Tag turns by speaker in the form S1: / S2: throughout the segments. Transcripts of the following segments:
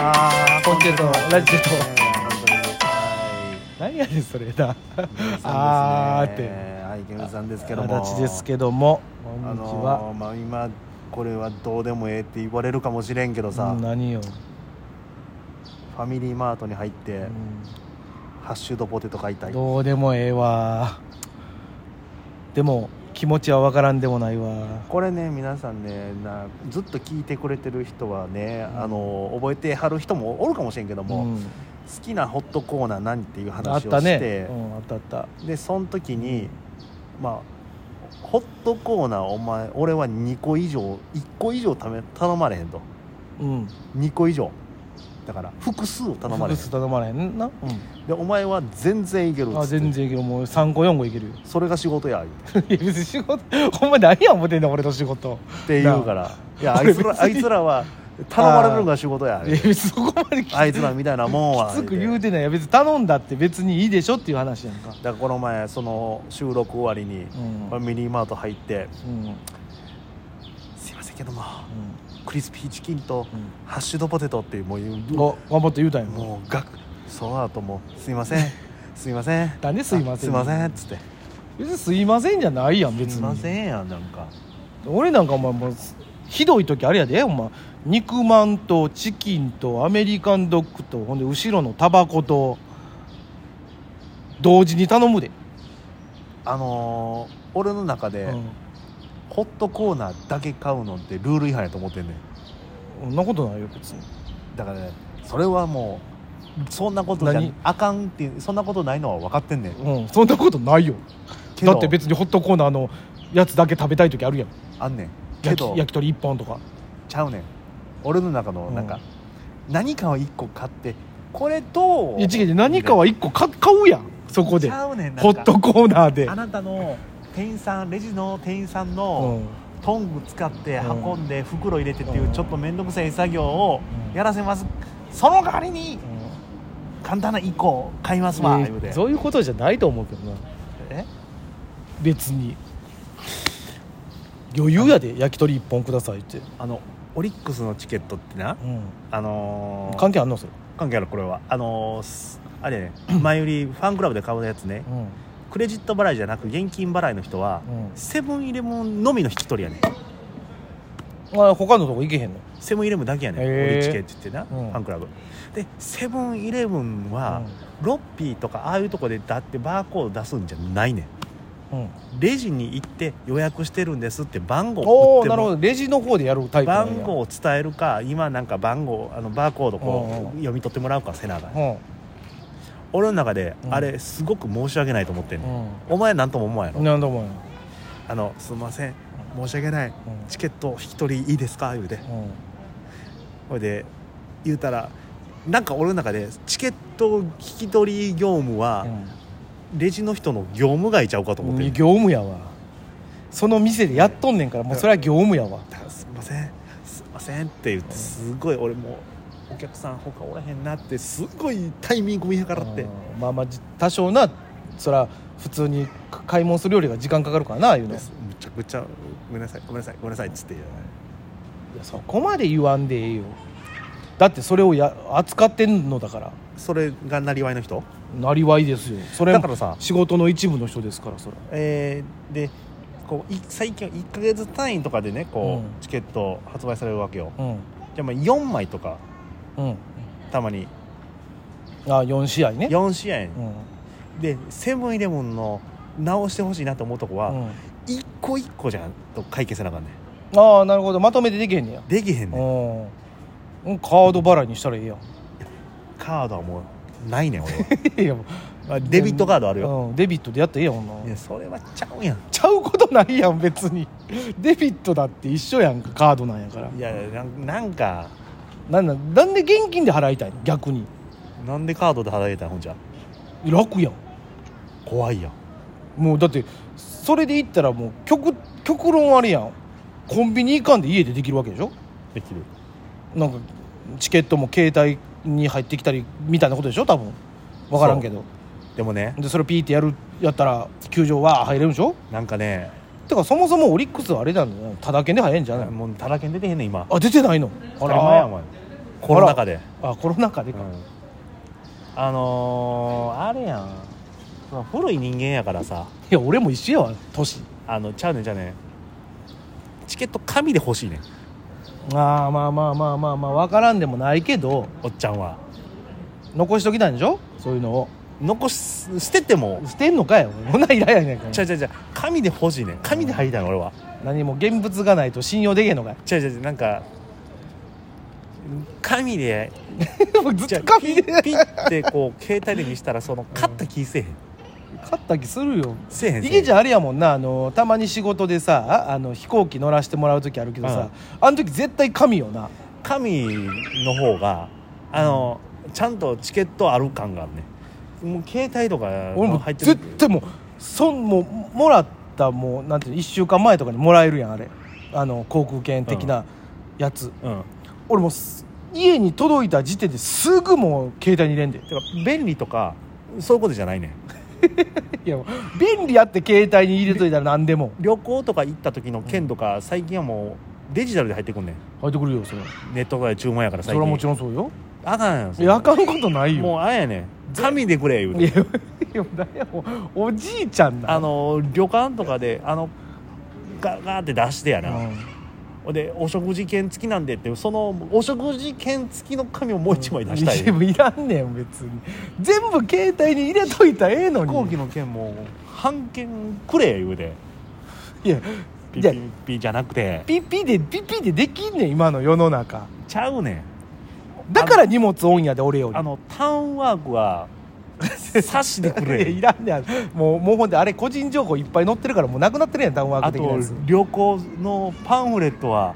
S1: ああ
S2: コンチェルトラジチェルト
S1: は
S2: 何やねんそれだ
S1: い
S2: あーっ
S1: ゲ
S2: て
S1: ムさんですねはいゲムさんですけども
S2: 形ですけどもこんに
S1: あ
S2: ちは
S1: のーまあ今これはどうでもええって言われるかもしれんけどさ、
S2: うん
S1: フ
S2: 何よ、
S1: ァミリーマートに入って、
S2: うん
S1: ハッシュドポテト買いたい
S2: どうでもええわでも気持ちはわからんでもないわ
S1: これね皆さんねなずっと聞いてくれてる人はね、あの覚えてはる人もおるかもしれんけども、
S2: うん
S1: 好きなホットコーナー何っていう
S2: あっ
S1: 話を
S2: た
S1: して、
S2: ね、うん、あったあった
S1: でその時にまあホットコーナーお前俺は2個以上1個以上ため頼まれへんと
S2: うん
S1: 2個以上だから複数を頼まれへ
S2: 複
S1: ん
S2: 数頼まれへんな、
S1: でお前は全然いけるっつって
S2: あ全然いけるもう3個4個いけるよ
S1: それが仕事や言う
S2: いや別に仕事ほんま何や思ってんだ俺の仕事
S1: って言うからいやあ
S2: 俺
S1: いつ
S2: 別 に
S1: らあいつらは頼まれるのが仕事や
S2: いや別にそこまでき
S1: あいつらみたいなもんは
S2: きつく言
S1: 言う
S2: う
S1: て
S2: てないいや別に頼んだって別にいいでしょっていう話やんか
S1: だからこの前その収録終わりに
S2: うん
S1: ファミリーマート入って
S2: うんうん
S1: 「すいませんけどもクリスピーチキンと
S2: うん
S1: ハッシュドポテト」っていうもう
S2: ご頑張って言うたんやも
S1: もうガクその後も「すいま せんすいません」
S2: なんですいません
S1: あすいません」っつって「
S2: 別にすいませんじゃないやん別に
S1: すいませんやんなんか
S2: 俺なんかお前もうひどい時あれやでお前肉まんとチキンとアメリカンドッグとほんで後ろのタバコと同時に頼むで、
S1: あのー俺の中で、
S2: う
S1: ホットコーナーだけ買うのってルール違反やと思ってんねん
S2: ん、そんなことないよ別に
S1: だからねそれはもうそんなことじゃ
S2: 何
S1: あかんっていうそんなことないのは分かってんねん
S2: うんそんなことないよ
S1: けど
S2: だって別にホットコーナーのやつだけ食べたい時あるやん
S1: あんねんけ
S2: 焼き
S1: ど
S2: 焼き鳥1本とか
S1: ちゃうねん俺の中のなんか、何かを1個買ってこれと
S2: いや違う違う何かは1個か買うやんそこで
S1: ちゃうねんなんか
S2: ホットコーナーで
S1: あなたの店員さんレジの店員さん
S2: う
S1: の、
S2: ん
S1: トング使って
S2: うん
S1: 運んで袋入れてっていう
S2: うん
S1: ちょっと面倒くさい作業を
S2: うん
S1: やらせますその代わりに簡単な1個買いますわ
S2: え
S1: 言うて
S2: そういうことじゃないと思うけどな
S1: え
S2: 別に余裕やで焼き鳥1本くださいって、
S1: あのオリックスのチケットってな
S2: うん、
S1: あのー
S2: 関係あんのそれ、
S1: 関係あるこれはあのーすあれね前売りファンクラブで買うやつね
S2: うん
S1: クレジット払いじゃなく現金払いの人は
S2: うん
S1: セブンイレブンのみの引き取りやねん
S2: あ他のとこ行けへんの、
S1: セブンイレブンだけやねん
S2: へー
S1: 売りチケットってな、
S2: うん
S1: ファンクラブでセブンイレブンは、ロッピーとかああいうとこでだってバーコード出すんじゃないねん
S2: うんうん、
S1: レジに行って予約してるんですって番号
S2: お
S1: を打
S2: お
S1: って
S2: なるほ
S1: も
S2: どレジの方でやるタイプなんや
S1: 番号を伝えるか今なんか番号あのバーコード
S2: うんう
S1: こう
S2: ん
S1: 読み取ってもらうかせなあかん
S2: うん
S1: 俺の中で
S2: うん
S1: あれすごく申し訳ないと思ってんねん
S2: う
S1: お前なんとも思わんやろ
S2: んなんだもんや
S1: あのすいません申し訳ない
S2: うん
S1: チケット引き取りいいですか言うて
S2: うん
S1: ほいで言うたらなんか俺の中でチケット引き取り業務はレジの人の業務外ちゃうかと思ってんねん
S2: 業務やわその店でやっとんねんからもうそれは業務やわ
S1: だからすいませんすいませんって言ってすごい俺もうお客さん他おらへんなってすごいタイミング見計らって
S2: うんまあまあじ多少なそら普通に買い物するよりは時間かかるからなああいうの
S1: む
S2: い
S1: ちゃくちゃごめんなさいごめんなさいごめんなさいっつって
S2: やそこまで言わんでええよだってそれをや扱ってんのだから
S1: それがなりわいの人
S2: なりわいですよそれ
S1: だからさ
S2: 仕事の一部の人ですからそれ
S1: えーでこうい最近は1か月単位とかでねこう、
S2: うん
S1: チケット発売されるわけよ
S2: うん
S1: じゃあまあ4枚とか
S2: うん
S1: たまに
S2: あ4試合ね
S1: 4試合
S2: うん
S1: でセブンイレブンの直してほしいなと思うとこ
S2: う
S1: は
S2: ん
S1: 1個1個じゃんと解決せなあかんね
S2: ああなるほどまとめてできへんねや
S1: んできへんねん
S2: うんうんカード払いにしたらいいやん
S1: カードはもう ないねん俺 は
S2: いやも
S1: あデビットカードあるよ、
S2: う、うん、デビットでやったらいいやんほんない
S1: やそれはちゃうやん
S2: ちゃうことないやん別に デビットだって一緒やんかカードなんやから
S1: いやなんなんか
S2: なんなんなんで現金で払いたいの逆に
S1: なんでカードで払えたんほんじゃ
S2: 楽やん
S1: 怖いやん
S2: もうだってそれで言ったらもう極極論あれやんコンビニ行かんで家でできるわけでしょ
S1: できる
S2: なんかチケットも携帯に入ってきたりみたいなことでしょ多分分からんけど
S1: でもね
S2: でそれピーってやるやったら球場は入れるんでしょ
S1: なんかね
S2: てかそもそもオリックスはあれなんだよただけで早いんじゃない
S1: もうたらけん出てへんねん今
S2: あ出てないの
S1: 当たり前やもんコロナ禍で、
S2: あコロナ禍で
S1: う
S2: か、
S1: んあのー、あれやんまあ古い人間やからさ
S2: いや俺も一緒やわ年
S1: あのちゃうねんちゃうねんチケット紙で欲しいねん
S2: ああまあまあまあまあまあ分からんでもないけど
S1: おっちゃんは
S2: 残しときたいんでしょそういうのを
S1: 残す捨てても
S2: 捨てんのかよほないらやねんから
S1: ちゃうちゃうちゃう紙で欲しいねん紙で入りたいの俺は
S2: 何も現物がないと信用できへんの かい
S1: 違う違う違うなんか紙で
S2: ずっと紙 で
S1: じゃあピッピッてこう携帯で見したらその勝った気せえへん
S2: 買った気するよ
S1: せえへんせえへん
S2: いげちゃんあれやもんなあのたまに仕事でさああの飛行機乗らしてもらう時あるけどさ、あの時絶対紙よな
S1: 紙の方があのちゃんとチケットある感があるねもう携帯とか
S2: 俺も
S1: 入って
S2: 絶
S1: る
S2: 対もうそんもうもらったもうなんていう1週間前とかにもらえるやんあれあの航空券的なやつ、
S1: うん
S2: 俺もうす家に届いた時点ですぐもう携帯に入れんで
S1: てか便利とかそういうことじゃないねん
S2: いや便利やって携帯に入れといたら何でも
S1: 旅行とか行った時の券とか最近はもうデジタルで入ってくんね
S2: 入ってくるよそれ
S1: んネットとかで注文やから
S2: そ
S1: 最
S2: れ
S1: 近
S2: はもちろんそうよ
S1: あかんやんそ
S2: い
S1: ん
S2: や
S1: な
S2: あかんことないよ
S1: もうあれやねん紙でくれ言う
S2: い
S1: て
S2: やいや何やもうおじいちゃんな
S1: あの旅館とかであのガーガーって出してやな、ほんでお食事券付きなんでってそのお食事券付きの紙をもう一枚出したい、
S2: 一部いらんねん別に全部携帯に入れといたらええの
S1: 飛
S2: に
S1: 行機の券も半券くれ言うで
S2: いや
S1: ピ
S2: じ
S1: ッ
S2: ゃあ
S1: ピッピじゃなくて
S2: ピッピでピッピでできんねん今の世の中
S1: ちゃうねん
S2: だから荷物多いんやで俺より
S1: あのターンワーク は差しでく
S2: いやい
S1: れ
S2: らんねんもうもうほんであれ個人情報いっぱい載ってるからもうなくなってるやんタウンワー
S1: あ
S2: ク的な
S1: と
S2: やつ
S1: 旅行のパンフレットは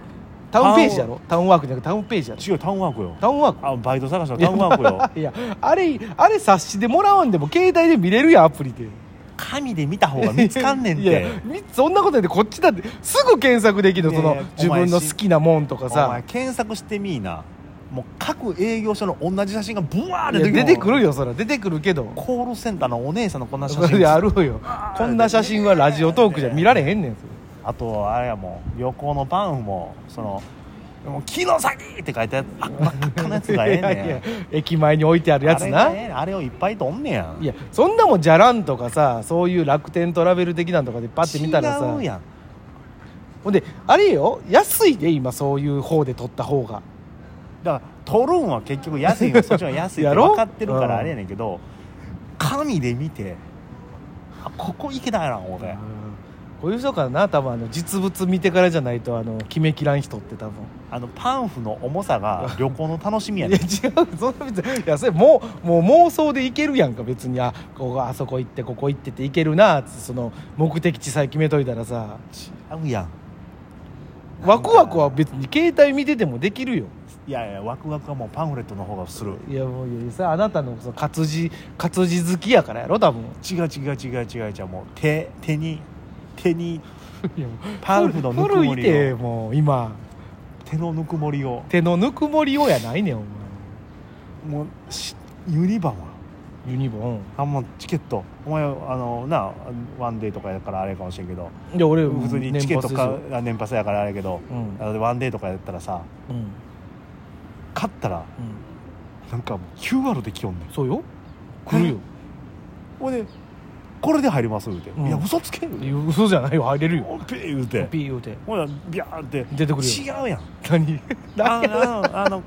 S2: タウンページやろタウンワークじゃなくてタウンページやろ
S1: 違うターンワークよ
S2: タウンワーク
S1: あバイト探しのターンワークよ
S2: いやあれあれ冊子でもらわんでも携帯で見れるやんアプリで
S1: 紙で見た方が見つかんねん
S2: いや
S1: て
S2: みそんなことやでこっちだってすぐ検索できるの
S1: ねえ
S2: その自分の
S1: お前し
S2: 好きなもんとか
S1: お
S2: さ
S1: 前検索してみいなもう各営業所の同じ写真がブワーっ
S2: い
S1: て
S2: や出てく
S1: る
S2: るよそら出てくるけど
S1: コールセンターのお姉さんのこんな写
S2: そ
S1: 真
S2: れあるよこんな写真はラジオトークじゃ見られへんねんそれ
S1: あとあれやもう旅行のパンフもその「もう木の先!」って書いたやつあ真っ赤っかのやつがええねん
S2: いやいや駅前に置いてあるやつな
S1: あれ,、ね、あれをいっぱいとんねやん
S2: いやそんなもんじゃらんとかさそういう楽天トラベル的なんとかでパッて見たらさ
S1: 違うやん
S2: ほんであれよ安いで今そういう方で取った方が
S1: だから取るんは結局安いよそっちは安いっ
S2: や
S1: て
S2: ろ
S1: 分かってるか
S2: うん
S1: らあれやねんけど紙で見てあここ行けたやな思うて
S2: こういう人かな多分あの実物見てからじゃないとあの決めきらん人って多分
S1: あのパンフの重さが旅行の楽しみや
S2: い
S1: ね
S2: や
S1: ん
S2: 違うそんな別にいやそれもうもう妄想でいけるやんか別にあここあそこ行ってここ行ってっていけるなってその目的地さえ決めといたらさ
S1: 違うやん
S2: ワクワクは別に携帯見ててもできるよ
S1: いやいやワクワクはもうパンフレットの方がする
S2: いやもういやさあなたのその活字活字好きやからやろ多分
S1: 違う違う違う違う違うもう手手に手に
S2: い やもう
S1: パンフのぬく
S2: 古
S1: も
S2: い
S1: り
S2: て
S1: を
S2: もう今
S1: 手のぬくもりを
S2: 手のぬくもりをやないねんお前
S1: もうしユニバは
S2: ユニボン
S1: あもうチケットお前あのなワンデーとかやからあれかもしれんけど
S2: いや俺
S1: 普通にチケット
S2: 年
S1: か
S2: パスですよ
S1: あ年パスやからあれやけど
S2: うん
S1: あのワンデーとかやったらさ
S2: うんうん
S1: 買ったらなんかもう QR で来よんねん
S2: そうよ来るよ
S1: ほいでこれで入ります言うて、
S2: うん
S1: いや嘘つけ言う
S2: い
S1: て
S2: や嘘じゃないよ入れるよ
S1: おっぺー言うて
S2: ピー言うて
S1: ほらビャーンって
S2: 出てくる
S1: 違うやん
S2: 何
S1: あ
S2: 何
S1: のあの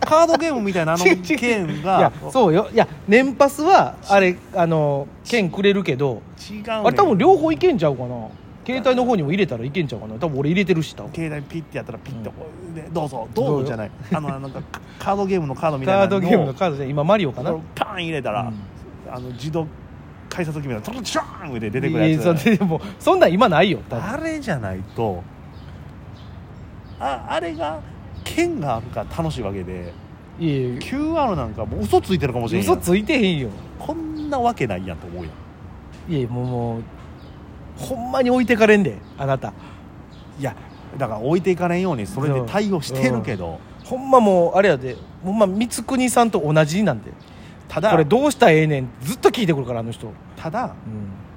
S1: カードゲームみたいなあの
S2: 違
S1: ゲ
S2: う違
S1: ー
S2: う
S1: ム
S2: いや
S1: が
S2: そうよいや年パスはあれあの券くれるけど
S1: 違うねん
S2: あれ多分両方いけんちゃうかな携帯の方にも入れたらいけんちゃうかな多分俺入れてるし多分
S1: 携帯ピッてやったらピッて、
S2: う
S1: でどうぞどう
S2: どうよ
S1: ぞじゃないあのなんかカードゲームのカードみたい
S2: カ
S1: な
S2: ードゲームのカードで今マリオかな
S1: これパン入れたら、あの自動改札機みたいなトロチョーンって出てくるやつ
S2: いやそれでもそんなん今ないよ多分
S1: あれじゃないとああれが剣があるから楽しいわけで
S2: いやい
S1: QR なんかもう嘘ついてるかもし
S2: や
S1: れんや
S2: 嘘
S1: ん
S2: ついてへんよ
S1: こんなわけないやんと思うやん
S2: いやいやもうもうほんまに置いてかれんであなた
S1: いやだから置いていかれんようにそれで対応してるけど、
S2: ほんまもうあれやでほんま光国さんと同じなんで
S1: ただ
S2: これどうしたらええねんずっと聞いてくるからあの人、
S1: ただ
S2: う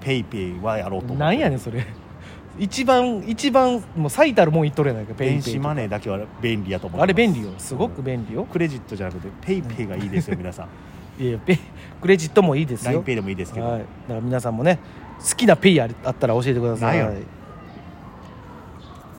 S1: ペイペイはやろうと思
S2: ん、
S1: う
S2: なんやねんそれ 一番一番もう最たるもん言っとるやないかペイペ
S1: 電
S2: イとか
S1: 子マネーだけは便利やと思います
S2: あれ便利よすごく便利よ
S1: クレジットじゃなくてペイペイがいいですよ皆 さん
S2: いやペイクレジットもいいです
S1: ライン
S2: よ
S1: ペイでもいいですけど、
S2: はい、だから皆さんもね好きなペイありあったら教えてください
S1: ないよ